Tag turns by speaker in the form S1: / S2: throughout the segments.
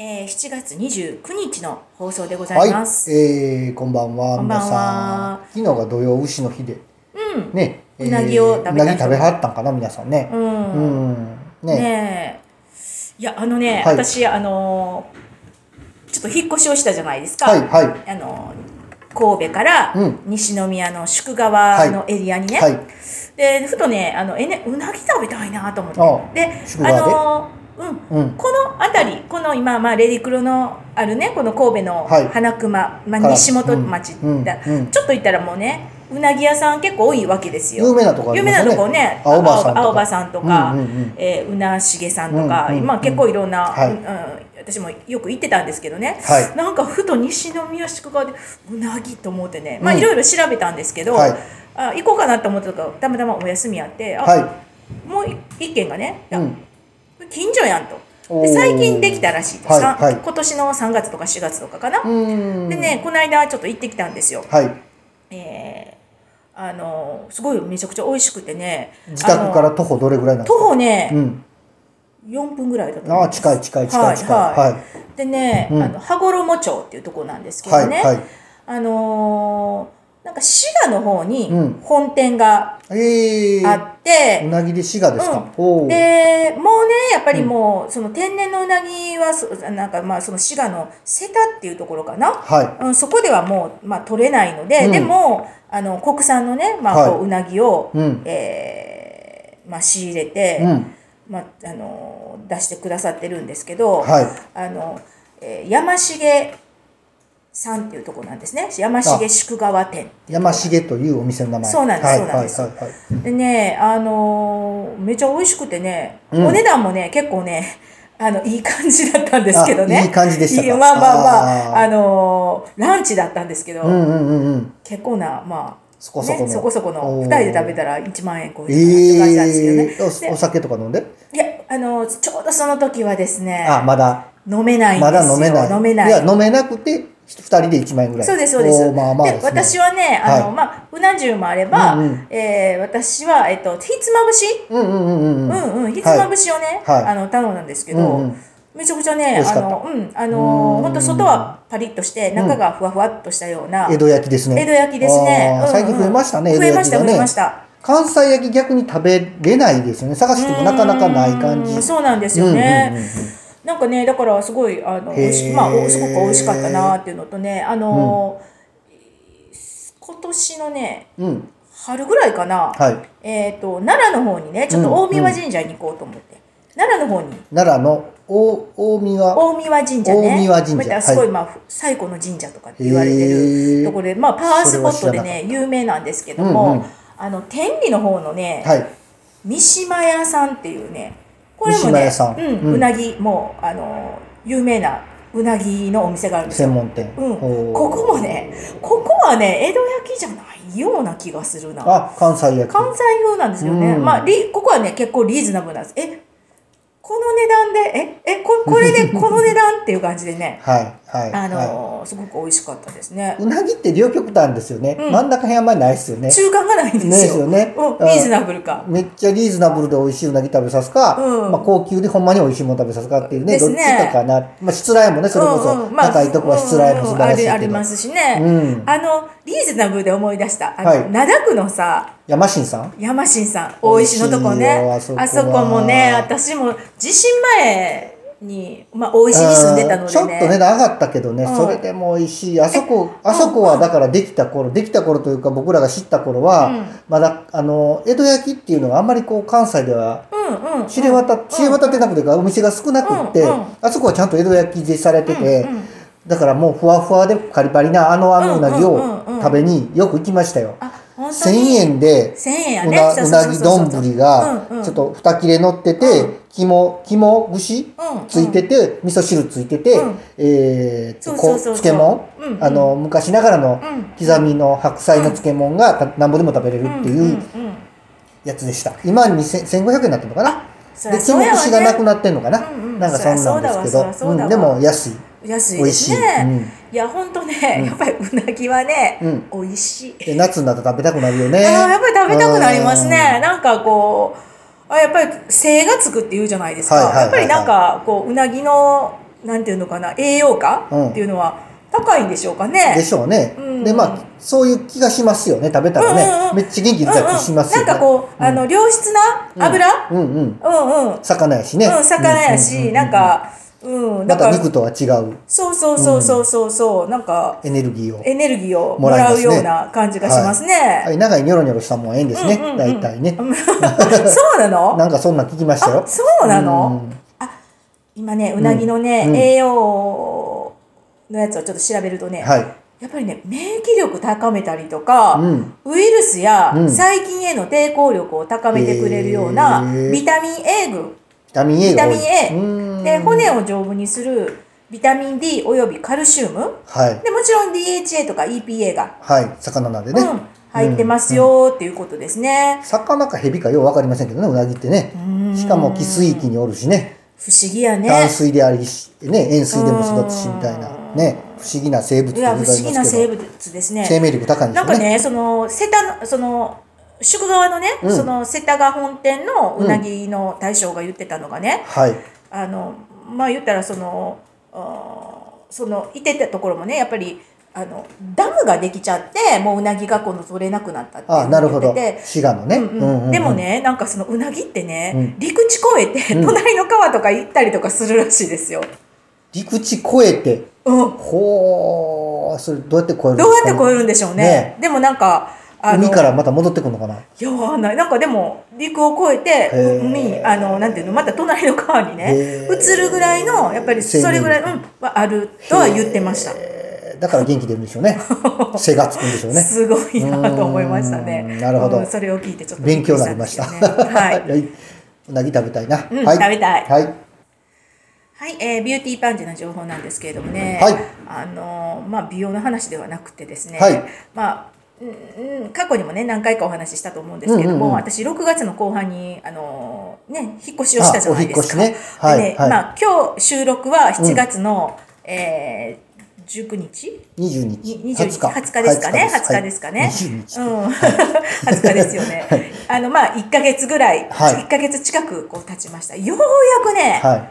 S1: えー、7月29日の放送でござ
S2: はいい
S1: ます。、
S2: えー、こんばんは、
S1: こんばんは
S2: 皆さん。昨日が土曜牛の日で、
S1: うん。
S2: ね、えー
S1: うなぎを食べた
S2: うなぎ食べはったんかな、皆さんね。う
S1: うん。
S2: ん、ね、
S1: ねえ。いや、あのね、
S2: はい
S1: 私、あのーちょっと引っ越しをしたじゃないですか。
S2: はい、は
S1: あのー神戸から
S2: うん
S1: 西宮の宿川のエリアに
S2: い、
S1: ね、
S2: はい、
S1: でふとねあのえねうなぎ食べたいなと思って
S2: ああ
S1: で
S2: 宿
S1: あ
S2: 川で
S1: のーうん
S2: うん、
S1: この辺りこの今、まあ、レディクロのあるねこの神戸の
S2: はい
S1: 花熊、ま
S2: か
S1: あ、
S2: ら
S1: 西本町だ、
S2: うんうん
S1: ちょっと行ったらもうねうなぎ屋さん結構多いわけですよ
S2: 有名なとこあり
S1: 有
S2: ま
S1: 名
S2: す
S1: な
S2: よね。
S1: とこね
S2: 青葉さんとか。
S1: 青葉さんとか、
S2: うんうんうん
S1: えーうなしげさんとか、
S2: うんうんうん
S1: まあ、結構いろんな、
S2: はい
S1: うん私もよく行ってたんですけどね、
S2: はい
S1: なんかふと西宮宿川でうなぎと思ってね、まあ、
S2: うん
S1: いろいろ調べたんですけど、
S2: はい
S1: あ行こうかなと思ってたからたまたまお休みやってあ、
S2: は
S1: もう一軒がね、
S2: い、うん、
S1: 近所やんと。
S2: お
S1: で
S2: ー
S1: 最近できたらしいと、
S2: はい
S1: さん
S2: はい
S1: 今年の3月とか4月とかかな、
S2: うん、
S1: でねこの間ちょっと行ってきたんですよ、
S2: はい、
S1: えーあのすごいめちゃくちゃ美味しくてね
S2: 自宅か
S1: あ
S2: ら徒歩どれぐらい
S1: の
S2: なんです
S1: 徒歩ね、
S2: うん、
S1: 4分ぐらいだと思
S2: あ
S1: い
S2: あ、
S1: ます
S2: 近い近い近い近い、
S1: はい
S2: は
S1: はいでね、
S2: うん
S1: あの羽衣町っていうところなんです
S2: い、
S1: け
S2: は
S1: ど
S2: い、
S1: ね、
S2: はい。
S1: あのーなんか滋賀の方に
S2: うん
S1: 本店があ
S2: えー、
S1: って、
S2: うなぎで滋賀です
S1: う
S2: か。お
S1: でも
S2: お、
S1: うねやっぱりもう、その天然のうなぎはそなんかまあその滋賀の瀬田っていうところかな、
S2: は
S1: うん、そこではもう、まあ、取れないので、
S2: うん
S1: でもあの国産のね、まあ
S2: はい
S1: こううなぎを、
S2: うん
S1: えーまあ、仕入れ
S2: い、
S1: て、
S2: うん、
S1: まあ、あの出してくださってるんですけど、
S2: はい、
S1: あのえー山重さんっていうところなんですね山重宿川店。
S2: 山重というお店の名前。
S1: そうなんです
S2: はい
S1: そうなんです
S2: はい、はい、はい。
S1: でね、あのーめちゃ美味しくてね、
S2: うん
S1: お値段もね結構ねあのいい感じだったんですけどね
S2: あいい感じでしたか
S1: いいまあまあまああ
S2: あー
S1: のーランチだったんですけど、
S2: うんうんうんうん。
S1: 結構なまあ
S2: そこそこの。
S1: ね、そこそこの
S2: おー
S1: 2人で食べたら1万円超え
S2: え
S1: たって感じなんですけどね
S2: え、ーお、お酒とか飲んで。
S1: でいやあのーちょうどその時はですね
S2: あ、まだ、
S1: 飲めないんです
S2: ま
S1: よ
S2: だ飲め
S1: 飲めな
S2: ない。
S1: い
S2: や、飲めなくて、ひ二人で一万円ぐらい。
S1: そうですそうです。
S2: おーまあまあ
S1: で
S2: です、ね。
S1: 私はねあの、
S2: はい
S1: まあうな重もあれば、
S2: うんうん
S1: えー私はえっとひつまぶし
S2: うんうんうんうんう。
S1: うんんうん、ひつまぶしをね、
S2: はい
S1: あの頼んだんですけど、
S2: うんうん
S1: めちゃくちゃ
S2: 美
S1: ね、
S2: 味し
S1: あ
S2: かった
S1: の、うん、あ
S2: う
S1: の、
S2: ん
S1: 本当外はパリッとして、中がふわふわっとしたような。
S2: 江戸焼きですね。
S1: 江戸焼きですね
S2: あー。
S1: うんうん
S2: 最近増えましたね、
S1: 増えました、
S2: 江戸焼きが
S1: 増
S2: ね
S1: えました。
S2: 関西焼き逆に食べれないですよね。探してもなかなかない感じ。
S1: うんそうなんですよ
S2: うんうんうん
S1: ね。
S2: うん
S1: なんかね、だから、すごい、あの、
S2: へー
S1: 美味しく、まあ、おすごく美味しかったなっていうのとね、あの。今年のね、
S2: うん、
S1: 春ぐらいかな。
S2: はい。
S1: えっと、奈良の方にね、ちょっと
S2: うん
S1: 大神神社に行こうと思って。奈良の方に。
S2: 奈良の大大宮は、
S1: 大神神社ね
S2: 大神神社
S1: またすごい、まあ、最古の神社とかって言われ
S2: へ
S1: て
S2: ー
S1: るところで、まあ、パワースポットで
S2: それは
S1: ね有名なんですけども、
S2: うんうん
S1: あの天理の方のね、
S2: はい。
S1: 三島屋さんっていうねこれも
S2: 三島
S1: ね
S2: 屋さん
S1: うん
S2: うん
S1: うなぎもうあの有名なうなぎのお店があるんですよ。
S2: 専門店。
S1: うん、
S2: おー
S1: ここもねここはね江戸焼きじゃないような気がするな
S2: あ、関西焼き。
S1: 関西風なんですよね、
S2: うん
S1: まあリここはね結構リーズナブルなんですえこの値段でええここれ でこの値段っていう感じでね
S2: はいはい。
S1: あのー
S2: は
S1: すごく美味しかったですね
S2: い。。うなぎって両極端ですよね。
S1: うん
S2: 真ん中辺あんまりないですよね。
S1: 中間がないんで
S2: ですす
S1: よ。
S2: よね。
S1: うん、
S2: あ
S1: リーズナブルか。
S2: めっちゃリーズナブルで美味しいうなぎ食べさすか、
S1: うん
S2: まあ、高級でほんまに美味しいもの食べさすかっていうね
S1: です
S2: どっ
S1: ね
S2: ちかかな、まあ、しつらえもねそれこそ、
S1: うんうんまあ
S2: 高いとこはしつらえも素晴らしいけ
S1: うんうん
S2: ど、
S1: ありありますしね、
S2: うん
S1: あのリーズナブルで思い出したあの、
S2: はい
S1: 灘区のさ
S2: 山新さん
S1: 山新さん大石のとこね
S2: 美
S1: あ
S2: 味しい
S1: そ
S2: よあそこは
S1: こもね私も地震前に、まあ、大石に住んでたのでね
S2: うんちょっとね上がったけどね、
S1: うん
S2: それでも美味しいあそこあそこはだからできた頃できた頃というか僕らが知った頃は、
S1: うん
S2: まだあの江戸焼きっていうのがあんまりこう関西では
S1: うんうん
S2: 知れ渡っ知れ渡ってなくてかお店が少なくって、
S1: うんうん
S2: あそこはちゃんと江戸焼きでされてて、
S1: うんうん
S2: だからもうふわふわでカリパリなあのあのうなぎ
S1: うんうんう
S2: を
S1: んうん
S2: 食べによく行きましたよ。
S1: あ本
S2: 1000
S1: 当に
S2: 円で
S1: 1000円や
S2: う
S1: ね
S2: な
S1: そうそ
S2: う
S1: う
S2: な
S1: そう
S2: ぎ
S1: そう
S2: 丼が
S1: うんうん
S2: ちょっと2切れ乗ってて、
S1: うん
S2: 肝肝串
S1: うんうん
S2: ついてて、味噌汁ついてて、
S1: うん
S2: えーっとこ
S1: そうそうそうそう
S2: 漬物、
S1: うんうん
S2: あの昔ながらの
S1: うん
S2: 刻みの白菜の漬物がたなんぼでも食べれるって
S1: ん
S2: いう
S1: うんうん
S2: やつでした。今2000 1500円になってるのかな
S1: そり
S2: で
S1: ゃそう
S2: 肝
S1: やわ
S2: 串がなく
S1: ね
S2: なってんのかな、
S1: うんうん
S2: なんかそんなんですけ
S1: そり
S2: ど
S1: ゃそうだわそりゃそうだわ
S2: んでも安い。
S1: 安い
S2: 美
S1: で
S2: 味し
S1: す
S2: い。
S1: ね
S2: うん
S1: いや本当ねやっぱりうなぎはね
S2: う
S1: 美味しい
S2: で夏になると食べたくなるよね。
S1: あーやっぱり食べたくなりますねなんかこうあやっぱり精がつくって言うじゃないですか
S2: はいはいはい
S1: やっぱりなんかこううなぎのなんていうのかな栄養価、
S2: うん
S1: っていうのは高いんでしょうか
S2: で
S1: ね。
S2: しょうね、
S1: うん
S2: でまあそういう気がしますよね食べたらね、
S1: うんうんうん
S2: めっちゃ元気
S1: うん
S2: 出
S1: うん、
S2: た気します
S1: な
S2: よね、
S1: んかこう、あの良質な油、
S2: うんうん
S1: うん、うん、うん、
S2: 魚やしね、
S1: 魚やし、
S2: ううう
S1: なんか、うん、な
S2: ま
S1: んか
S2: た、肉とは違う
S1: そうそうそうそうそうそう、なんか
S2: エネルギーを
S1: エネルギーをも
S2: もら
S1: ら
S2: えま
S1: う
S2: すね
S1: ような感じがしますね。
S2: はい、長いニョロニョロしたもんはええんですね、
S1: うんうんうん
S2: 大体ね
S1: そうなの？
S2: なんかそんなん聞きましたよ
S1: あ、そうなの？
S2: うん
S1: 今ね、うなぎのね、
S2: うん
S1: 栄養のやつをちょっと調べるとね、
S2: はい
S1: やっぱりね、免疫力高めたりとか、
S2: うん
S1: ウイルスや
S2: うん
S1: 細菌への抵抗力を高めてくれるような
S2: へー
S1: ビタミン A 群
S2: ビタミン A
S1: ビ
S2: が
S1: タ
S2: 多
S1: ミ
S2: い
S1: ン A
S2: うん
S1: で骨を丈夫にするビタミン D およびカルシウム
S2: はい
S1: でもちろん DHA とか EPA が、
S2: はい魚なんでね、
S1: うん、入ってますよーっていうことですね。
S2: 魚かヘビかよう分かりませんけどねうなぎってねしかも寄水域におるしね
S1: 不思議やね。
S2: 淡水でありし、ね、塩水でも育つしみたいなね不思議な生物
S1: い
S2: でござ
S1: や
S2: い
S1: 不
S2: ま
S1: 思議な
S2: す
S1: 生
S2: けど
S1: 物ですね。
S2: 生命力高いんです
S1: なん
S2: よ
S1: か
S2: ね
S1: ね、その瀬田のその宿川のね、
S2: うん
S1: その瀬田が本店のうなぎの大将が言ってたのがね、
S2: はい
S1: あのまあ言ったらそのあーそのいてたところもね、やっぱりあのダムができちゃって、もううなぎがこの取れなくなったっていう
S2: あ
S1: の
S2: なる
S1: を
S2: ほ
S1: 言
S2: ど
S1: ってて。
S2: 滋賀のね、
S1: うん
S2: うん
S1: う
S2: うん
S1: ん
S2: うん
S1: でもねなんかそのうなぎってね、
S2: うん
S1: 陸地越えて
S2: うん
S1: 隣の川とか行ったりとかするらしいですよ。
S2: 陸地越えて
S1: うん、
S2: ほーそれどうやって越えるんで
S1: どう
S2: す
S1: やっ
S2: か、
S1: て越え
S2: る
S1: るんでしょうね。
S2: ね
S1: でもなんかあの
S2: 海からまた戻ってくるのかない
S1: やわかんないなんかでも陸を越えて
S2: へー
S1: 海あのなんていうのまた隣の川にね
S2: へー
S1: 移るぐらいのやっぱりそれぐらい、
S2: 生
S1: うん、はあるとは言ってました、
S2: えーだから元気出るんでしょう ね背がつくんでしょうね
S1: すごいなと思いましたね
S2: うんなるほど
S1: うんそれを聞いてちょっと
S2: 勉強になりました、
S1: びっくりしたんですよねはい、
S2: はい、うなぎ食べたいな、
S1: うん
S2: はい
S1: 食べたい
S2: はい
S1: はいえービューティーパンチの情報なんですけれどもね、
S2: はい
S1: あのまあ美容の話ではなくてですね、
S2: はい
S1: まあうんうん過去にもね何回かお話ししたと思うんですけれども、
S2: うんうんうん
S1: 私6月の後半にあのね引っ越しをしたじゃないですか。
S2: あお引っ越しねはい
S1: でね
S2: はい
S1: まあ今日収録は7月の、えー19日
S2: 20日
S1: に20日20日ですかね20日ですかね、
S2: 20日、
S1: うん 20日ですよね、あのまあ1ヶ月ぐらい、
S2: はい
S1: 1ヶ月近くこう経ちましたようやくね、
S2: はい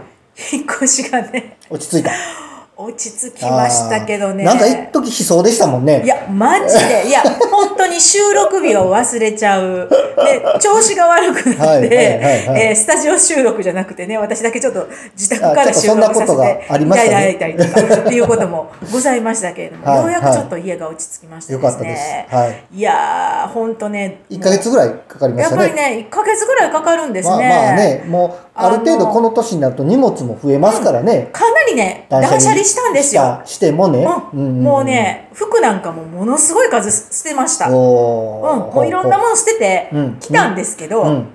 S1: 引っ越しがね
S2: 落ち着いた
S1: 落ち着きましたけどね
S2: あーなんか一時悲壮でしたもんね
S1: いやマジでいや本当に収録日を忘れちゃうで調子が悪くなって
S2: はいはいはいはい
S1: えースタジオ収録じゃなくてね私だけちょっと自宅か
S2: あちょ
S1: ら
S2: っと
S1: 収
S2: そん
S1: 録
S2: なこ
S1: さ
S2: とが
S1: せ
S2: あ
S1: て
S2: り
S1: い
S2: ましたたね
S1: だいたりとかっていうこともございましたけれども、
S2: はい
S1: ようやくちょっと家が落ち着きました
S2: よかったですはい
S1: いやー本当ね
S2: 1ヶ月ぐらいかかりま
S1: や
S2: し
S1: ったぱり
S2: ね
S1: ね1ヶ月ぐらいかかるんです
S2: まあ
S1: ね,、
S2: まあねもうある程
S1: あ
S2: 度
S1: の
S2: この年になると荷物も増えますからね
S1: かなりね断捨離したんですよ
S2: したしてもね
S1: うん
S2: んんん
S1: もうね服なんかもものすごい数捨てました、うん、
S2: おー
S1: もういろんなもの捨てて
S2: うん
S1: きたんですけど、
S2: うん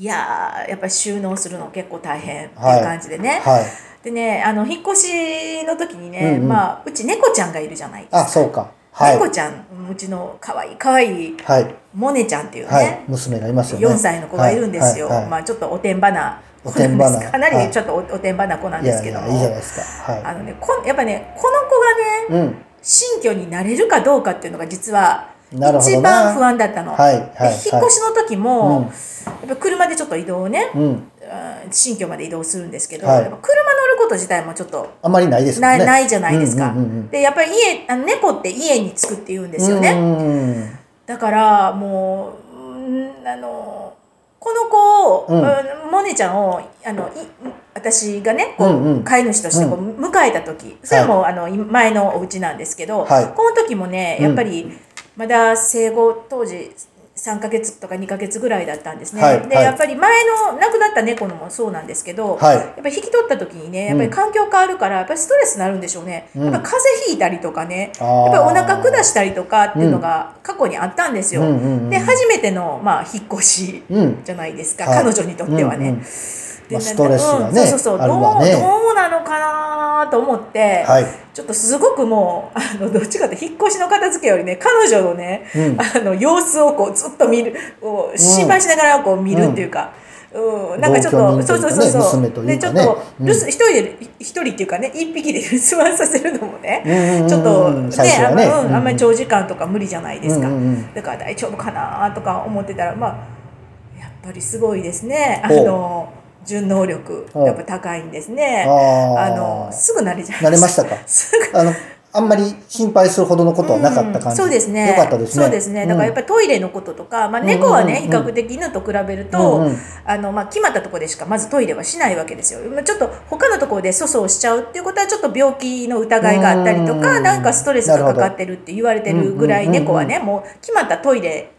S1: いやーやっぱり収納するの結構大変っていう
S2: はい
S1: 感じでね、
S2: はい
S1: でねあの引っ越しの時にね、
S2: うんうん
S1: まあ、うち猫ちゃんがいるじゃないです
S2: あ
S1: か、
S2: そうかはい
S1: 猫ちゃんうちの可愛い可愛い
S2: はい
S1: モネちゃんっていうね、
S2: はい娘がいますよね
S1: 4歳の子がいるんですよ、
S2: はいはいはい
S1: まあ、ちょっとおてんばな子
S2: おてん
S1: な
S2: ば
S1: ん
S2: な
S1: です かなりちょっとお,、おてんばな子なん
S2: い
S1: です
S2: やい
S1: けど
S2: や
S1: も
S2: いいじゃないですかは
S1: あのねこやっぱねこの子がね
S2: いうん
S1: 新居になれるかどうかっていうのが実は一
S2: なるほどな
S1: 番不安だったの。
S2: はいはい
S1: で
S2: はい
S1: 引っ越しの時も、
S2: うん
S1: やっぱ車でちょっと移動をね、
S2: うん
S1: うん新居まで移動するんですけど、
S2: はい
S1: やっぱ車乗ること自体もちょっと
S2: あんまりないですも
S1: なんい,、
S2: ね
S1: ないじゃないですか。
S2: うんうんうんうん
S1: でやっぱり家あの猫って家に着くって言うんですよね。
S2: ね
S1: だからもううんあのこの子を、
S2: うん
S1: うんモネちゃんをあのい私がねこう、
S2: うんうん
S1: 飼い主としてこう、迎えた時それも、あのい前のお家なんですけど、
S2: はい
S1: この時もねやっぱりまだ生後当時3ヶ月とか2ヶ月ぐらいだったんですね。
S2: はい
S1: で、
S2: はい
S1: やっぱり前の亡くなった猫のもそうなんですけど、
S2: はい
S1: やっぱり引き取った時にねやっぱり環境変わるからやっぱりストレスになるんでしょうね。
S2: うん
S1: やっぱ風邪ひいたりとかね
S2: あ
S1: やっ
S2: ー
S1: ぱりお腹下したりとかっていうのが過去にあったんですよ。
S2: うんうんうん
S1: で初めての、まあ、引っ越し
S2: うん
S1: じゃないですか、
S2: はい
S1: 彼女にとってはね。
S2: うんうん
S1: で
S2: まあ
S1: なんか
S2: ストレスがね
S1: うんそうそうそう
S2: ある
S1: どう
S2: わね
S1: どうなのかなと思って、
S2: はい
S1: ちょっとすごくもうあのどっちかって引っ越しの片付けよりね彼女のね、
S2: うん
S1: あの様子をこうずっと見るこう心配しながらこう見るっていうか。うんなんかちょっ
S2: 同
S1: と
S2: 居人
S1: そう
S2: と
S1: そう
S2: いうかね
S1: そうそう、
S2: 娘というかね
S1: でちょっと、
S2: うん
S1: 留守一人で一人っていうかね一匹で留守番させるのもね、
S2: うんうんうん
S1: ちょっとね
S2: 最初はね
S1: あんまうんあんま
S2: うんう
S1: り
S2: ん
S1: 長時間とか無理じゃないですか、
S2: うんうんうん
S1: だから大丈夫かなとか思ってたらまあやっぱりすごいですねあ
S2: ほう
S1: の順応力
S2: うん
S1: やっぱ高いんですね。あ
S2: あ
S1: の
S2: あ。
S1: すぐ慣れちゃいま
S2: 慣れましたか。
S1: すぐ
S2: あの、あんまり心配するほどのことはなかった感じ。
S1: うんそうですね。
S2: よかったですね。
S1: そうですね。だからやっぱりトイレのこととか、まあ
S2: うんうんうん
S1: 猫はね、比較的犬と比べると、
S2: うんうん
S1: あの、まあ決まったところでしかまずトイレはしないわけですよ。まあちょっと他のところで粗相しちゃうっていうことはちょっと病気の疑いがあったりと
S2: うんうん
S1: か、
S2: うん
S1: なんかストレスが
S2: なる
S1: か
S2: ほど
S1: かってるって言われてるぐらい
S2: うんうんうんうん
S1: 猫はね、もう決まったトイレ、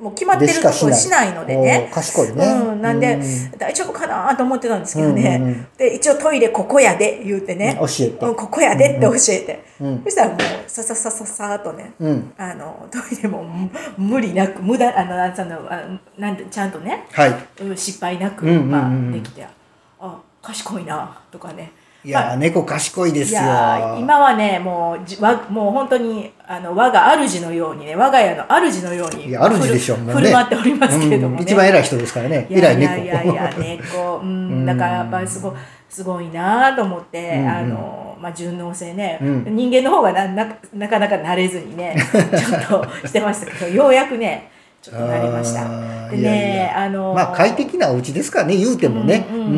S1: もう決まって
S2: で
S1: る
S2: し
S1: と
S2: か
S1: ころしないのでね
S2: おー。賢いね。
S1: うん、なんで、
S2: う
S1: 大丈夫かなと思ってたんですけどね、
S2: うんうんうん
S1: で一応トイレここやで言うてね、
S2: 教えて
S1: うん、ここやでって教えて、
S2: うん
S1: そしたらもうさささささーっとね、
S2: うん。
S1: あのトイレもむ無理なく無駄あのあそのあなんてちゃんとね、
S2: はい。
S1: うん、失敗なく、
S2: うんうんうんうん
S1: まあ、できてあ賢いなとかね
S2: いやー、猫賢いで
S1: い
S2: すよ。
S1: やー今はねもうじわもう本当にあの我が主のようにね我が家の主のように
S2: いや主でしょ
S1: 振る
S2: もうね
S1: 振る舞っておりますけれどもね、
S2: うん一番偉い人ですからね。
S1: いや
S2: 偉い
S1: い
S2: 猫。
S1: やいやいや猫うんだからやっぱりすごすごいなと思って、
S2: うんうん
S1: あのまあ順応性ね、
S2: うん
S1: 人間の方がなななかなか慣れずに ねちょっとしてましたけどようやくねちょっと慣れまし
S2: あ
S1: た。
S2: ー
S1: で
S2: いやい
S1: ね
S2: や
S1: あの
S2: まあ快適なお家ですからね、言うてもね。
S1: うんうんうんう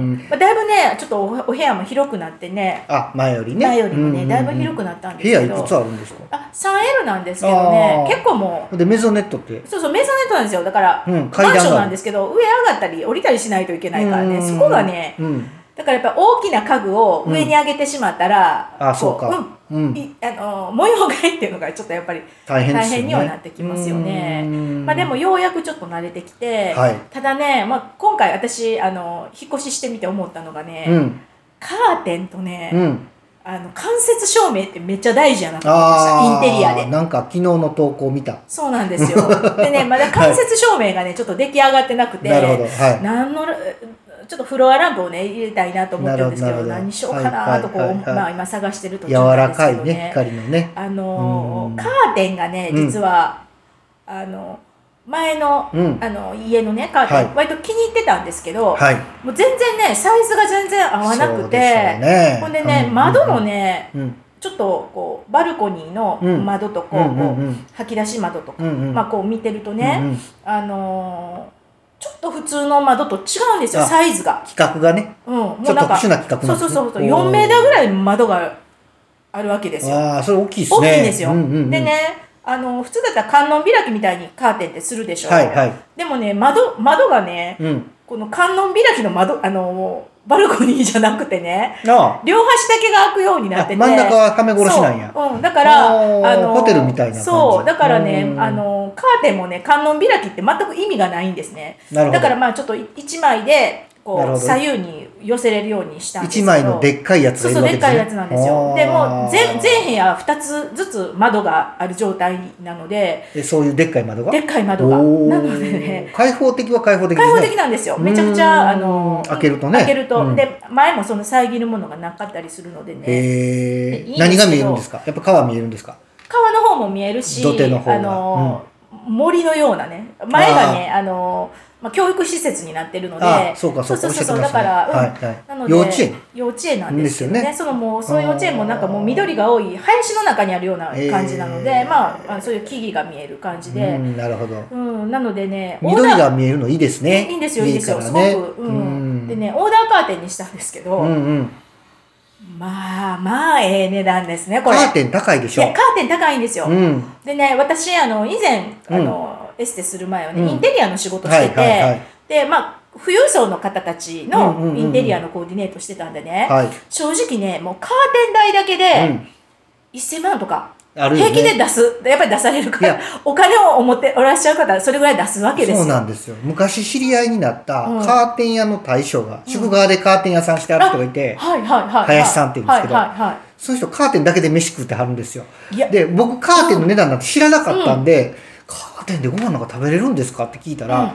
S1: んまあ、だいぶねちょっとおお部屋も広くなってね
S2: あ、前よりね。
S1: 前よりもね、だいぶ広
S2: く
S1: くなったんです
S2: 部
S1: けど
S2: 屋いくつあるんですか
S1: あ 3L なんですけどね
S2: あー
S1: 結構もう
S2: で、メゾネットって。
S1: そうそうメゾネットなんですよだから、
S2: うん
S1: マン
S2: 階段がある
S1: ションなんですけど上上がったり降りたりしないといけないからね、
S2: うん
S1: そこがね、
S2: うん。
S1: だからやっぱ大きな家具を上に上げてしまったら、
S2: あ、そうか。う
S1: うんん。いあの模様替えっていうのがちょっとやっぱり、
S2: 大変です
S1: 大
S2: よね。
S1: 変にはなってきますよね
S2: うん
S1: まあ、でも、ようやくちょっと慣れてきて、
S2: はい
S1: ただね、まあ、今回私あの引っ越ししてみて思ったのがね、
S2: うん。
S1: カーテンとね、
S2: うん。
S1: あの間接照明ってめっちゃ大事やなと思い
S2: あ
S1: ま
S2: あ。
S1: したインテリアで。
S2: なんか昨日の投稿見た。
S1: そうなんです よでねまだ間接照明がねちょっと出来上がってなくて
S2: なるほど。はい。
S1: 何のちょっとフロアランプをね入れたいなと思ってるんですけど
S2: なるほどなるほど
S1: 何しようかなとこう、
S2: はいはいはいはい
S1: まあ、今探してる途中
S2: 柔
S1: なん
S2: ら
S1: ですけ
S2: か
S1: ど
S2: い
S1: ね
S2: ね、光のね。
S1: あの
S2: うん
S1: カーテンがね実は、あの前の,、
S2: うん
S1: あの家のねカーテン、
S2: はい
S1: 割と気に入ってたんですけど、
S2: はい。
S1: もう全然ねサイズが全然合わなく
S2: そうでしょう
S1: て、
S2: ね
S1: ほんでね、窓も。ね
S2: うんうんうん。
S1: ちょっとこうバルコニーの窓とこう,、
S2: うんうん
S1: こ
S2: う
S1: うん吐き出し窓とか、
S2: うんうん
S1: まあ、こう見てるとね、
S2: うんうん
S1: あのーちょっと普通の窓と違うんですよ、
S2: あ
S1: サイズが。
S2: 企画がね。
S1: うん、も
S2: ちょ
S1: う
S2: っと
S1: なんか、
S2: 特殊な企画
S1: そ
S2: な
S1: うん
S2: です
S1: そうそ
S2: ね
S1: うそう、
S2: おー
S1: 4メーターぐらい窓があるわけですよ。
S2: ああ、それ大きいですね。
S1: 大きいんですよ。
S2: うんうんうん
S1: で。ね、あの普通だったら観音開きみたいにカーテンってするでしょ。
S2: はいはい。
S1: でもね、窓窓がね、
S2: うん。
S1: この観音開きの窓、あのバルコニーじゃなくてね、
S2: なあ。
S1: 両端だけが開くようになってて。
S2: あ真ん中は亀殺しなんや
S1: そううん、だから、
S2: おーホテルみたいな感じ
S1: そう、だからね
S2: う、ん
S1: あの、カーテンもね、観音開きって全く意味がないんですね。
S2: なるほど
S1: だからまあ、ちょっと一枚で、
S2: なる
S1: こ
S2: ほ
S1: う、
S2: ど
S1: 左右に寄せれるようにしたんですけ
S2: 一
S1: ど。
S2: 枚のでっかいやつ
S1: そ
S2: が
S1: うそ
S2: いる
S1: う、
S2: わ
S1: で
S2: け
S1: っ
S2: です
S1: かいやつなん
S2: ね。
S1: ですよ。で、もう全、全部屋2つずつ窓がある状態なので、
S2: 部。そういうでっかい窓が
S1: でっかい窓が。
S2: おー
S1: なのでね、
S2: 開放的は開放的で
S1: 開
S2: す
S1: 放
S2: ね。
S1: 的なんですよ。めちゃくちゃ、あ
S2: うーん
S1: の、
S2: 開けるとね
S1: 開けると。
S2: うん
S1: で、前もその遮るものがなかったりするのでね。
S2: へ
S1: いいんですけど
S2: え。何が見えるんですかやっぱ川見えるんですか
S1: 川の方も見えるし、
S2: 土手の方が
S1: あの森のようなね、前がね、あのまあ、教育施設になってるので、
S2: ああ、そうかそうか。
S1: そうそうそう
S2: おっしゃってました
S1: だか
S2: ね
S1: らうんな
S2: は
S1: い
S2: は
S1: の
S2: い。
S1: で
S2: 幼稚園
S1: 幼稚園なんですけどね
S2: ですよね
S1: そのもうそういう幼稚園もなんかもう緑が多い林の中にあるような感じなので、
S2: へー
S1: まああのそういう木々が見える感じ
S2: う
S1: で、
S2: ん、なるほど。
S1: うんなのでねオー
S2: 緑
S1: ダー
S2: が見えるのいいですね。
S1: いいんですよいいんですよ、
S2: から
S1: す
S2: ね
S1: ごく、う
S2: うんん。
S1: でねオーダーカーテンにしたんですけど、
S2: うんうん。
S1: まあまあええ値段ですね
S2: カ
S1: これ
S2: ーテン高いでし
S1: いや
S2: ょ
S1: カー。テン高いんですよ、
S2: うん。
S1: でね私あの以前あの、エステする前はね、
S2: うん
S1: インテリアの仕事してて、
S2: はいはいはい
S1: でまあ富裕層の方たち
S2: うんうんうん
S1: の
S2: うん
S1: インテリアのコーディネートしてたんでね、
S2: はい。
S1: 正直ねもうカーテン代だけ
S2: う
S1: で
S2: ん
S1: 1000万とか、
S2: あるよ
S1: 平
S2: ね。
S1: 気で出すやっぱり出されるか
S2: い
S1: らお金を思っておらっしゃる方はそれぐらい出すわけです
S2: そ
S1: よ
S2: うなんですよ昔知り合いになった
S1: うん
S2: カーテン屋の大将が、宿川でカーテン屋さんしてある人がいて、
S1: はいはいはいはい
S2: 林さんって言うんですけど
S1: はいはいは
S2: その人カーテンだけで飯食ってはるんですよ
S1: いいや
S2: で僕カーテンの値段なんて知らなかったんで、カーテンでご飯なんか食べれるんですかって聞いたら、
S1: うん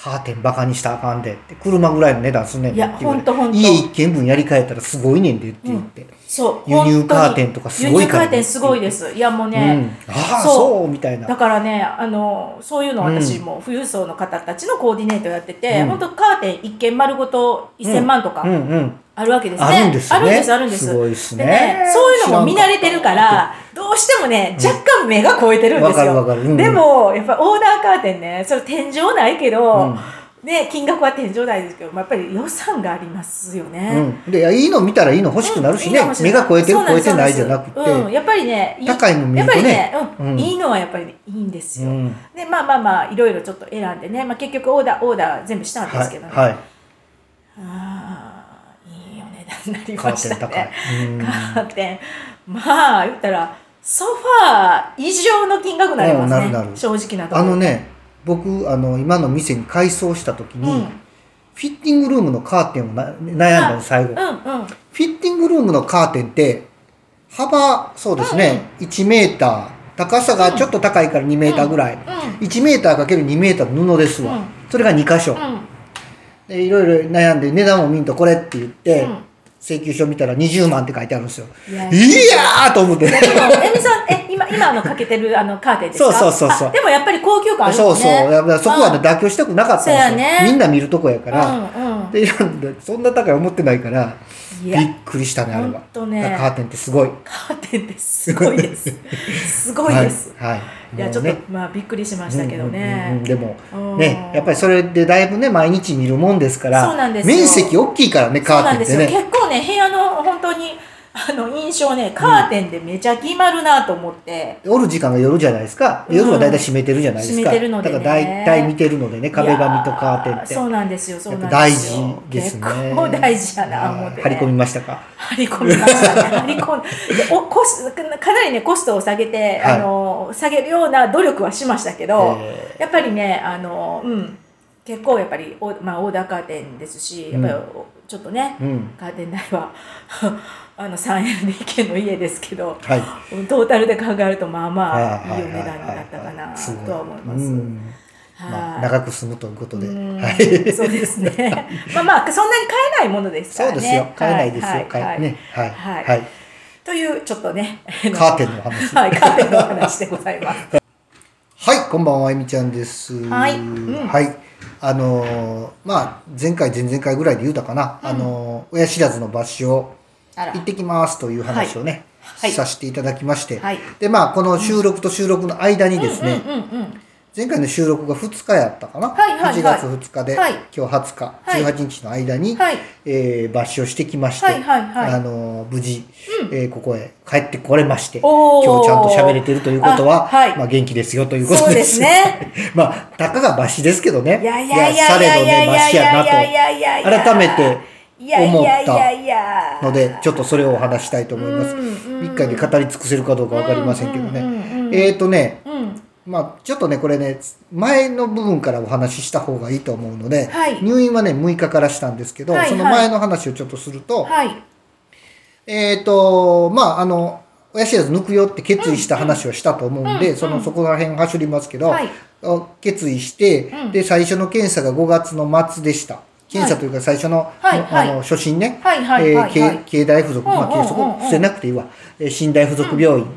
S2: カーテンバカにしたらあかんでって車ぐらいの値段すんねんでって言われ
S1: いやほんとほんと
S2: 家一軒分やり替えたらすごいねんでって言って、
S1: そう
S2: 輸入カーテンとかすごい
S1: 輸入カ
S2: からね
S1: ーテンすごいですいやもう
S2: うん
S1: ね、
S2: ああ
S1: そう
S2: そうみたい
S1: だ
S2: な
S1: からねあのそういうの私も富裕層の方たちのコーディネートやってて、
S2: うん
S1: 本当カーテン一軒丸ごと1000万と
S2: う
S1: か
S2: んうん
S1: あるわけですね、
S2: あるんですよね
S1: あるんですあるんです
S2: すごいっすね
S1: でそういうのも見慣れてるからどうしてもね若干目が超えてるんですよ、
S2: わかるわかるうんうん
S1: でもやっぱオーダーカーテンねそれ天井ないけど、
S2: うん
S1: ね、金額は天井台ですけど、まあ、やっぱり予算がありますよね。
S2: うん、でいやいいの見たらいいの欲しくなる
S1: う
S2: しね、
S1: んいいかもしれ
S2: 目
S1: ない
S2: が超えてる
S1: そう
S2: 超
S1: ん
S2: え
S1: です
S2: てないじゃなくて、
S1: そうですうん、やっぱりねいい
S2: 高いの見
S1: や
S2: る
S1: っ
S2: と
S1: ぱり
S2: ね
S1: ね、うん
S2: うん
S1: いいのはやっぱり、ね、いいんです
S2: う
S1: よ、
S2: ん
S1: でまあまあまあいろいろちょっと選んでね、まあ、結局オーダーオーダー全部したんですけどね、
S2: はい、はい、
S1: ああいいお値段になり
S2: カ
S1: ま
S2: ー
S1: し
S2: テン
S1: た
S2: 高い
S1: ね、カーテンまあ言ったらソファー以上の金額になりますね、
S2: うんなるなる
S1: 正直なと
S2: うん、
S1: こ
S2: あ
S1: ろ
S2: のね僕あの今の店に改装した時に、
S1: うん
S2: フィッティングルームのカーテンをな悩んだの最後、フ
S1: うんうん
S2: ィッティングルームのカーテンって幅そうですね、1メーター高さがちょっと高いから2メーターぐらい、
S1: う
S2: 1メーターかける2メーターの布ですわ、
S1: うん
S2: それが2箇所、
S1: んうん
S2: でいろいろ悩んで値段を見んとこれって言って、
S1: うん
S2: 請求書見たら20万って書いてあるんですよ
S1: いや
S2: いやーと思って
S1: でも、えみさん、え、今、今あのかけてる、あのカーテンですか。
S2: そうそうそうそう
S1: あでも、やっぱり高級感ある
S2: そ
S1: よ
S2: う
S1: ね。
S2: そうやっぱそこはね妥協したくなかったんですよ、
S1: そうやね
S2: みんな見るとこやか
S1: う
S2: ら、
S1: ん、うん、
S2: でいろんなそんな高い思ってないから
S1: うん。い
S2: び
S1: や
S2: っ、くりしたねあれ
S1: ほ
S2: は
S1: んとね
S2: だからカーテンってすごい
S1: カーテンです。すごいです。すごいです。
S2: はい、はい
S1: い、や、
S2: も
S1: ちょ
S2: う
S1: っと、
S2: ね
S1: まあ、びっくりしましたけど
S2: うんうんうんう
S1: ね。
S2: んでも
S1: うん
S2: ねやっぱりそれでだいぶね毎日見るもんですから
S1: そうなんですよ
S2: 面積大きいからね
S1: そ
S2: カ
S1: うな
S2: ー
S1: ん
S2: テン
S1: で
S2: っ
S1: す
S2: て
S1: よ。
S2: ね
S1: 結構ね、部屋の、本当に、あの印象ね、カーテンでめちゃ決まるなと思って。
S2: おる時間が夜じゃないですか夜はだいたい閉めてるじゃないです
S1: うん
S2: か、
S1: 閉めてるのでね
S2: だから大体見てるのでね壁紙とカーテンっ
S1: い
S2: て
S1: やそうなんですよ。そう
S2: やっ
S1: な
S2: ぱ
S1: ん
S2: 大
S1: ですよ。
S2: 事ですね
S1: 結構大事やな、思って、ね。
S2: 張り込みましたか
S1: 張り込みましたね。張り込んでおコスかなりねコストを下げて、
S2: はい
S1: あの下げるような努力はしましたけど、
S2: え
S1: やっぱりねあのうん結構やっぱりおまあオーダーカーテンですし、やっぱりおちょっとね、
S2: ーうん
S1: カーテン代は あの三円で一軒の家ですけど。
S2: はい
S1: トータルで考えるとまあま
S2: は
S1: あいいお値段になったかなとは思います。
S2: うんまあ、
S1: はい
S2: 長く住むということで、
S1: うん
S2: はい、
S1: そうですね。まあまあそんなに買えないものですか
S2: そ
S1: ら
S2: う
S1: ね。
S2: ですよ、買えないですよ、
S1: は
S2: 買
S1: は
S2: えね、はい、
S1: はい
S2: はい、
S1: というちょっとね
S2: カーテンの話。
S1: はい、カーテンの話でございます。
S2: はい、こんばんは、あゆみちゃんです。
S1: はいうん
S2: はいあのーまあ、前回、前々回ぐらいで言うたかな、あのー親知らずの抜歯を。
S1: あら
S2: 行ってきますという話をね、
S1: はいはい
S2: させていただきまして、
S1: はい
S2: で、まあ、この収録と収録の間にですね。
S1: うんうん。
S2: 前回の収録が2日やったかな、
S1: はいはいはい
S2: 1月2日で、
S1: はい
S2: 今日20日、
S1: はい
S2: 18日の間に、
S1: はい
S2: えー抜歯をしてきまして、
S1: はいはいはい
S2: あのー無事、えーここへ帰ってこれまして
S1: おー
S2: 今日ちゃんと喋れてるということは、
S1: あはい
S2: まあ、元気ですよということ
S1: そう
S2: で
S1: ですすね
S2: まあたかが抜歯ですけどね
S1: いやいやいや
S2: さ
S1: いや
S2: れ
S1: い
S2: ど
S1: や
S2: ね
S1: い
S2: 抜
S1: やい
S2: 歯やな
S1: や
S2: と
S1: いやいやいやいや
S2: 改めて
S1: いやい
S2: 思っ
S1: やいや
S2: た
S1: いや
S2: のでちょっとそれをお話したいと思います、
S1: うんうん
S2: 一回で語り尽くせるかどうか分かりませんけどね、
S1: うんうんうん
S2: えっ、ー、とね
S1: うん
S2: まあ、ちょっとね、これね、前の部分からお話しした方がいいと思うので、
S1: はい
S2: 入院はね、6日からしたんですけど、
S1: はいはい
S2: その前の話をちょっとすると、
S1: はい
S2: えっ、と、まあ、あの、親知らず抜くよって決意した話をしたと思うんで、
S1: うんうん
S2: その、そこら辺走りますけど、
S1: はい
S2: あ決意して、
S1: うん
S2: で、最初の検査が5月の末でした。検査というか最初の、
S1: はい
S2: あ
S1: はい
S2: の、初診ね、
S1: はいはいはいはい
S2: えー経経大附属、まあ、
S1: うんうんうんうん
S2: そこ伏せなくていいわ、えー新大附属病
S1: う
S2: 院、
S1: ん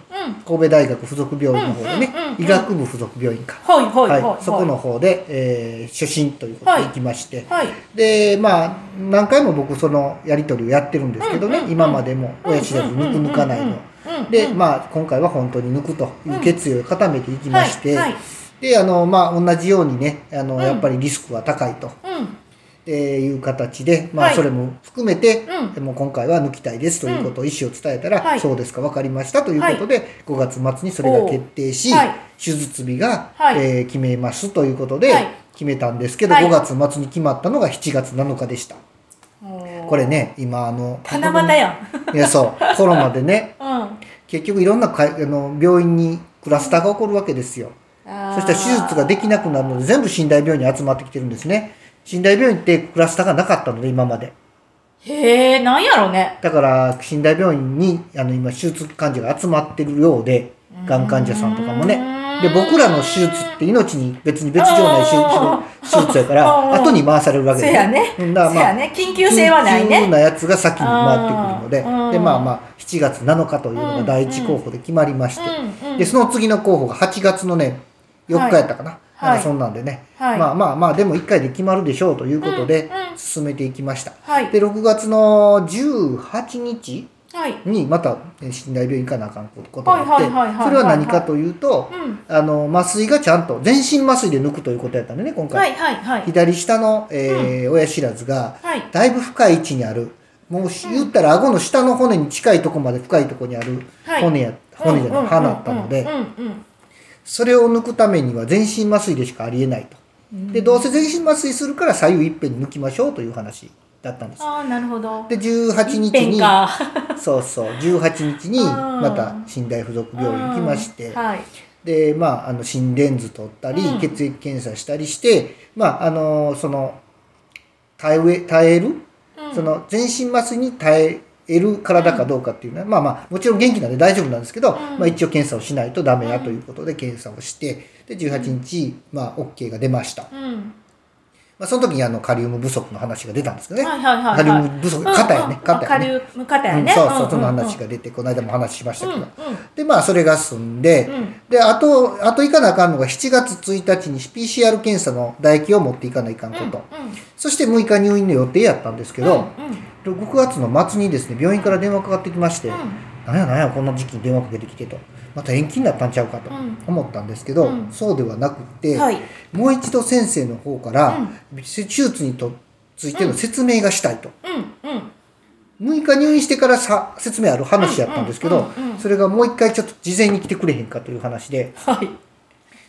S2: 神戸大学附属病院の方でね
S1: うんうんうんう、ん
S2: 医学部附属病院か。
S1: はいはい
S2: は
S1: はいい
S2: そこの方で、えー初診ということで行きまして、
S1: はい
S2: でまあ何回も僕そのやり取りをやってるんですけどね、
S1: うんうんうん
S2: 今までも親知らず抜く抜かないの、
S1: うんうんうん
S2: でまあ今回は本当に抜くという決意を固めていきまして、
S1: はいはい
S2: であのまあ同じようにねあの、
S1: うん
S2: やっぱりリスクは高いと。
S1: うん
S2: えーいう形で、まあ、
S1: はい
S2: それも含めて、
S1: うん
S2: でも今回は抜きたいですということを意思を伝えたら、
S1: はい
S2: そうですか分かりましたということで、5月末にそれが決定し、
S1: おーはい
S2: 手術日が、
S1: はい
S2: えー決めますということで
S1: はい
S2: 決めたんですけど、
S1: はい
S2: 5月末に決まったのが7月7日でした。これね今あの
S1: 七夕やん
S2: いやそうコロナでね
S1: うんあ
S2: 結局いろんなかいあの病院にクラスターが起こるわけですよ。
S1: ー
S2: そしたら手術ができなくなるので、全部寝台病院に集まってきてるんですね。寝台病院ってクラスターがなかったので、今まで。
S1: へえなんやろうね
S2: だから、寝台病院に、あの、今、手術患者が集まってるようで、がん患者さんとかもね。で、僕らの手術って命に別に別状ない手
S1: あ
S2: 術手術やか ら、
S1: あー
S2: 後に回されるわけ
S1: そ
S2: で。
S1: やねそ
S2: うんだからま
S1: や
S2: あ、
S1: ね緊急性はない
S2: 緊急
S1: ね
S2: なやつが先に回ってくる
S1: あ
S2: の
S1: ー
S2: で、で、まあまあ、7月7日というのが第一候補で決まりまして、
S1: うんうん
S2: でその次の候補が8月のね4日やったかな,、
S1: はい
S2: なんかそんなんでね、
S1: はい
S2: まあまあまあでも1回で決まるでしょうということで
S1: うんうん
S2: 進めていきました、
S1: はい
S2: で6月の18日
S1: はい。
S2: にまたえー信頼病院行かなあかんことがあ
S1: はいはいはいは
S2: っ
S1: い
S2: てそれは何かというと
S1: うん。
S2: あの麻酔がちゃんと全身麻酔で抜くということやったんでね今回、
S1: はいはいはい。
S2: 左下の、えー親知らずが
S1: はい。
S2: だいぶ深い位置にあるもうし言ったら顎の下の骨に近いとこまで深いとこにある
S1: はい
S2: 骨や、骨じゃない歯だったの
S1: うん
S2: で
S1: うんうん
S2: それを抜くためには全身麻酔でしかありえないと
S1: うん。
S2: でどうせ全身麻酔するから左右いっぺんに抜きましょうという話だったんです
S1: ああ、なるほど。
S2: で18日
S1: 一遍
S2: に
S1: か
S2: そうそう18日に
S1: うん
S2: また寝台附属病院行きまして
S1: うんはい。
S2: でまああの心電図取ったり
S1: うん
S2: 血液検査したりしてまああのその耐え耐える
S1: うん
S2: その全身麻酔に耐える体かどうかっていうのは、まあまあもちろん元気なんで大丈夫なんですけ
S1: う
S2: ど、
S1: ん
S2: まあ、一応検査をしないとダメやということで検査をしてで18日、まあ、OK が出ました、
S1: うん。
S2: まあ、その時にあのカリウム不足の話が出たんですけどね、
S1: はいはいはいはい。
S2: カリウム不足肩やね肩や
S1: カ
S2: ね
S1: リウム肩やね。
S2: うんそうそうその話
S1: が。
S2: が出てこの間も話しました
S1: う
S2: け
S1: ん
S2: ど、
S1: うん。
S2: でまあそれが済んで、
S1: うん
S2: であとあと行かなあかんのが7月1日に PCR 検査の唾液を持っていかないかんこと、
S1: うん
S2: そして6日入院の予定やったんですけど、6月の末にですね病院から電話かかってきまして、
S1: うん
S2: なんやなんやこんな時期に電話かけてきてとまた延期になったんちゃうかと
S1: うん
S2: 思ったんですけど、
S1: うん
S2: そうではなく
S1: う
S2: て、
S1: ん。はい。
S2: もう一度先生の方から、手術にとついての説明がしたいと、
S1: うんうん。
S2: 6日入院してからさ説明ある話やったんですけど、
S1: うんうんうんうん
S2: それがもう一回ちょっと事前に来てくれへんかという話で
S1: はい。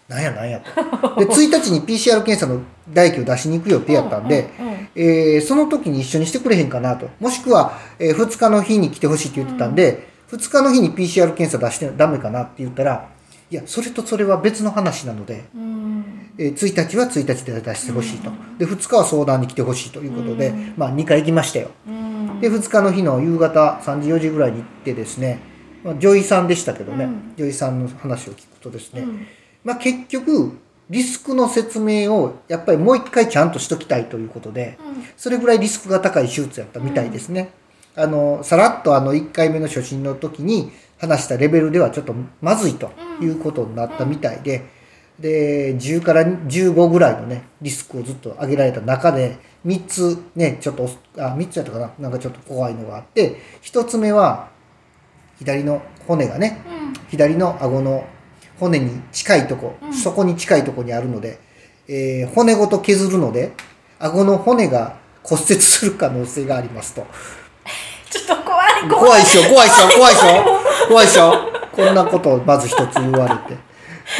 S2: なんやなんやとで1日に PCR 検査の唾液を出しに行く予定やったんで、
S1: うんうんうん
S2: えーその時に一緒にしてくれへんかなともしくは、え2日の日に来てほしいって言ってたんで、2日の日に PCR 検査出してダメかなって言ったらいやそれとそれは別の話なので、
S1: うん。
S2: えー1日は1日で出してほしいと、で2日は相談に来てほしいということで、まあ、2回行きましたよ。
S1: うん。
S2: で2日の日の夕方3時4時ぐらいに行ってですね、まあ、女医さんでしたけどね、
S1: うん
S2: 女医さんの話を聞くとですね、
S1: うん
S2: まあ、結局リスクの説明をやっぱりもう一回ちゃんとしときたいということで、
S1: うん
S2: それぐらいリスクが高い手術やったみたいですね。あのさらっとあの1回目の初診の時に話したレベルではちょっとまずいということになったみたいで、で10から15ぐらいのねリスクをずっと上げられた中で3つねちょっとあ3つやったかななんかちょっと怖いのがあって1つ目は左の骨がね
S1: うん
S2: 左の顎の骨に近いとこ、
S1: うん
S2: そこに近いとこにあるので、えー骨ごと削るので顎の骨が骨折する可能性がありますと
S1: ちょっと怖い怖い。
S2: 怖いっしょ怖いっしょ怖いっしょ怖いっしょこんなことをまず一つ言われて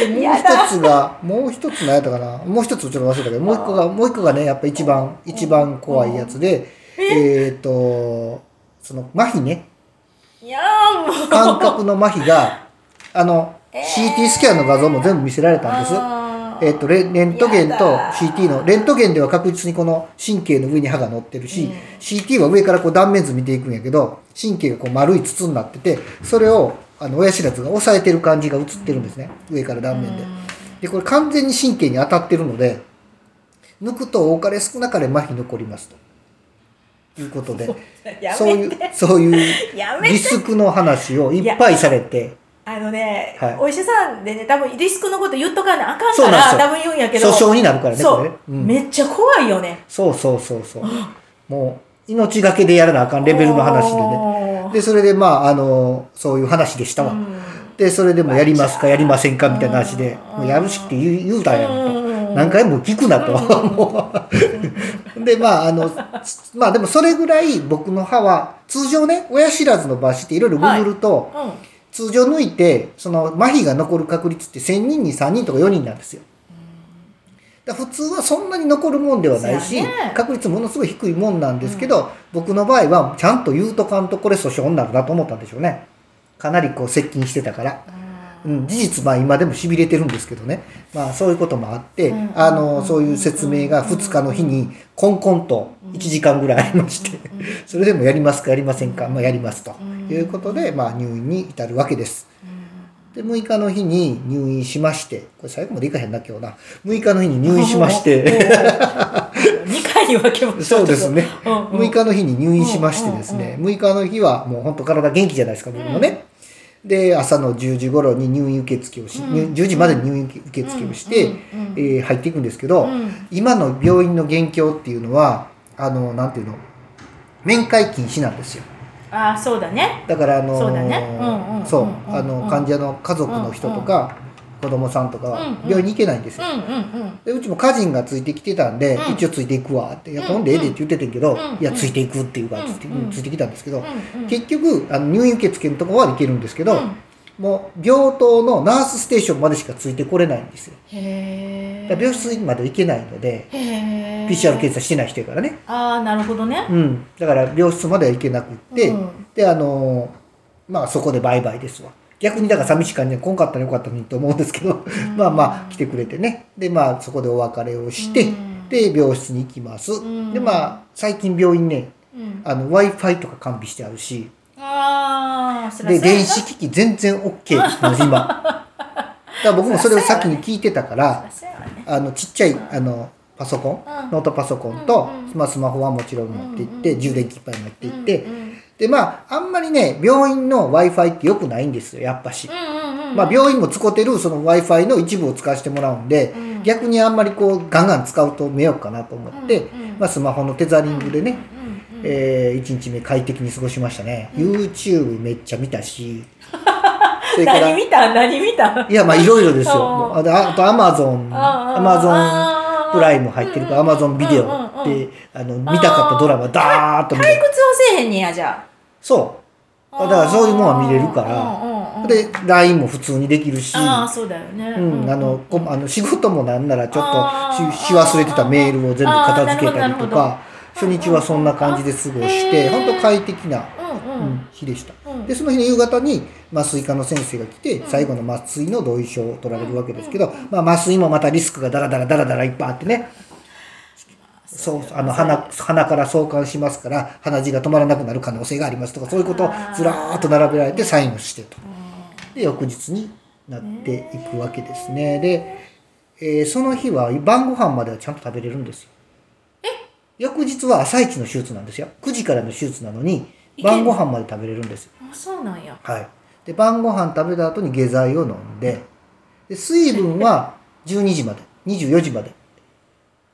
S2: でもう
S1: やだ
S2: 一つがもう一つ何やったかなもう一つちょっと忘れたけどもう一個がもう一個がねやっぱ一番一番怖いやつでえっ、とその麻痺ね
S1: いやーもう。
S2: 感覚の麻痺 が、あの、
S1: えー
S2: CT スキャンの画像も全部見せられたんです。
S1: あー
S2: えっとレレントゲンと
S1: やだ
S2: CT のレントゲンでは確実にこの神経の上に歯が乗ってるし、
S1: うん
S2: CT は上からこう断面図見ていくんやけど神経がこう丸い筒になっててそれをあの親知らずが押さえてる感じが映ってるんですね、上から断面で。でこれ完全に神経に当たってるので抜くと多かれ少なかれ麻痺残りますということで
S1: や
S2: そうい
S1: め
S2: う
S1: て。
S2: そういう
S1: やめ
S2: リ
S1: て。
S2: スクの話をいっぱいされて。
S1: あのね
S2: はい、
S1: お医者さんでね、多分リスクのこと言っとかなあかん
S2: そう
S1: か
S2: なんです
S1: ら、
S2: よ
S1: 多分言うんやけど。
S2: 訴訟になるからね
S1: そ
S2: こ
S1: う
S2: れねうん
S1: めっちゃ怖いよね。
S2: そうそうそうそう。もう、命がけでやらなあかんレベルの話でね。
S1: ね
S2: で、それでまあ、あの、そういう話でしたわ。で、それでもやりますか、やりませんか、みたいな話で、
S1: うん
S2: もうやるしって言う言うたんやん
S1: う
S2: と。
S1: ん
S2: 何回も聞くなと。もう で、まあ、あの、まあでもそれぐらい僕の歯は、通常ね、親知らずの場所っていろいろググると、
S1: うん。
S2: 通常抜いてその麻痺が残る確率って1000人に3人とか4人なんですよ。だから普通はそんなに残るもんではないし、
S1: そうやね
S2: 確率ものすごい低いもんなんですけど、僕の場合はちゃんと言うとかんとこれ訴訟になるなと思ったんでしょうね。かなりこう接近してたから。うん、事実まあ今でもしびれてるんですけどね、まあ、そういうこともあって、
S1: うん
S2: あのそういう説明が2日の日にコンコンと1時間ぐらいありまして、それでもやりますかやりませんか、まあ、やりますということで、まあ、入院に至るわけです。で6日の日に入院しましてこれ最後までいかへんな今日な6日の日に入院しまして。
S1: うん。2回に分けました
S2: そうですね。
S1: うんうん
S2: 6日の日に入院しましてです
S1: うん
S2: ね、6日の日はもう本当体元気じゃないですか、僕もね。で、朝の10時頃に入院受付をし、入10時までに入院受付をして、
S1: うんうんうん
S2: えー入っていくんですけど、
S1: うん
S2: 今の病院の現況っていうのは、あの、なんていうの、面会禁止なんですよ。
S1: ああそうだね
S2: だからあのー
S1: そうだねうんうん
S2: そう
S1: うんうん
S2: あの患者の家族の人とか、子供さんとかは
S1: うんうん
S2: 病院に行けないんです
S1: う
S2: よ、
S1: んうんうん
S2: でうちも家人がついてきてたんで、
S1: うん
S2: 一応ついていくわって「いやほんでええで」って言っててんけ
S1: う
S2: ど、
S1: ん
S2: いやついていくっていうからつって、
S1: うん
S2: ついてきたんですけど、
S1: うんうん
S2: 結局あの入院受付のところは行けるんですけど、
S1: うん
S2: もう病棟のナースステーションまでしかついてこれないんですよ
S1: へえ
S2: だから病室まで行けないので、
S1: へえ
S2: PCR 検査してない人やからね
S1: ああなるほどね
S2: うん、だから病室までは行けなくって、
S1: うん
S2: であのーまあそこでバイバイですわ逆にだから寂しい感じで来んかったらよかったのにと思うんですけど、
S1: ん
S2: まあまあ来てくれてねでまあそこでお別れをし
S1: う
S2: て、
S1: ん
S2: で病室に行きます、
S1: ん
S2: でまあ最近病院ね
S1: うん
S2: あの w i f i とか完備してあるし
S1: ああそりゃ
S2: で
S1: そうやな
S2: 電子機器全然 OK ですもん 今だから僕もそれを先に聞いてたから
S1: そりゃそうやね
S2: あのちっちゃいあのパソコン、
S1: うん
S2: ノートパソコンと、
S1: うんうん
S2: まあ、スマホはもちろん持って行って、
S1: うんうん
S2: 充電器いっぱい持って行って、
S1: うんうん
S2: でまああんまりね病院の w i f i って良くないんですよやっぱし、
S1: うんうんうん
S2: まあ、病院も使ってるその w i f i の一部を使わせてもらうんで、
S1: うん
S2: 逆にあんまりこうガンガン使うと迷惑かなと思って、
S1: うんうん
S2: まあ、スマホのテザリングでね、
S1: うんうん
S2: え1日目快適に過ごしましたね、YouTube めっちゃ見 たしそれから
S1: 何
S2: い
S1: 見た何見た
S2: やまあいろいろですよ
S1: うん
S2: もうあとあと Amazon
S1: あー
S2: Amazon
S1: あー
S2: プライム入ってるから
S1: うんうん
S2: Amazon ビデオであの見たかったドラマダーッと見
S1: 退
S2: て
S1: 屈をせえへんねやじゃ
S2: そう
S1: あ
S2: だからそういうもんは見れるか
S1: うんうんう
S2: ら
S1: ん
S2: で LINE も普通にできるし、
S1: ああそうだよね
S2: うん、あのこあの仕事もなんならちょ
S1: あ
S2: っ
S1: ー
S2: としし忘れてたメールを全部片付けたり
S1: あーなるほ
S2: と
S1: どな
S2: か初日はそんな感じで過ごして
S1: へー
S2: 本当快適な、
S1: うん
S2: う
S1: うんん
S2: 日でした
S1: うん
S2: でその日の夕方に麻酔科の先生が来て
S1: うん
S2: 最後の麻酔の同意書を取られるわけですけど、まあ、麻酔もまたリスクがダラダラダラダラいっぱいあってねそうあの鼻鼻から相関しますから鼻血が止まらなくなる可能性がありますとかそういうことをずらーっと並べられてサインをしてと。で翌日になっていくわけですね。で、えーその日は晩ご飯まではちゃんと食べれるんですよ。翌日は朝一の手術なんですよ。9時からの手術なのに
S1: いけ
S2: 晩ご飯まで食べれるんですよ。
S1: あそうなんや
S2: はい。で晩ご飯食べた後に下剤を飲んでで水分は12時まで24時まで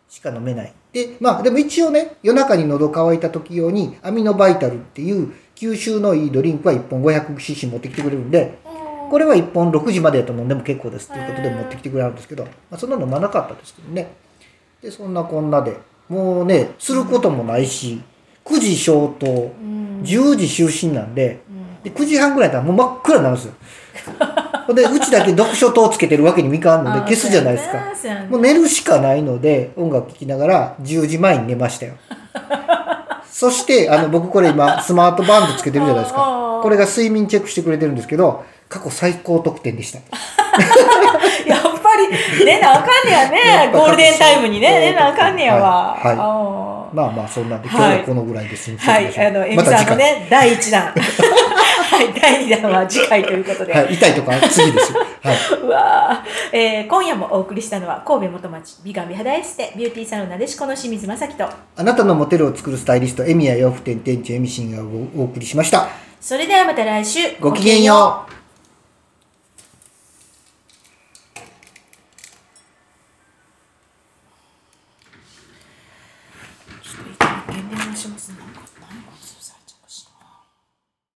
S2: しか飲めない。でまあでも一応ね夜中に喉乾いた時用にアミノバイタルっていう吸収のいいドリンクは1本 500cc 持ってきてくれるんで。これは1本6時までやと飲んでも結構ですということで
S1: へー
S2: 持ってきてくれはるんですけど、まあ、そんな飲まなかったですけどねでそんなこんなでもうねすることもないし9時消灯
S1: うん
S2: 10時就寝なんで
S1: うん
S2: で9時半ぐらいだったらもう真っ暗になるんですよ ほんでうちだけ読書灯つけてるわけにもいかんので消すじゃないですか
S1: あそうやね
S2: もう寝るしかないので音楽聴きながら10時前に寝ました よそしてあの僕これ今スマートバンドつけてるじゃないです
S1: あ
S2: か
S1: あ
S2: これが睡眠チェックしてくれてるんですけど過去最高得点でした
S1: やっぱり寝なあかんねや
S2: やっ
S1: ね
S2: ぱ
S1: ゴールデンタイムに
S2: そう
S1: ね寝なあかんねやわ
S2: はいはい
S1: あー
S2: まあまあそんなんで
S1: は
S2: 今
S1: い
S2: 日はこのぐらいです、
S1: は
S2: にし
S1: い
S2: ときましょう
S1: あのエミ
S2: また
S1: さ
S2: 次
S1: んの
S2: 回、
S1: ね第1弾 はい第2弾は次回ということで
S2: はい、痛いとか次ですよ、はい う
S1: わーえー今夜もお送りしたのは神戸元町美顔美肌エステビューティーサロンなでしこの清水正樹と
S2: あなたのモテルを作るスタイリストエミヤ洋服店店長エミシンがおお送りしました
S1: それではまた来週
S2: ごきげんよう
S1: うちょっと一回電話しますなんかなんか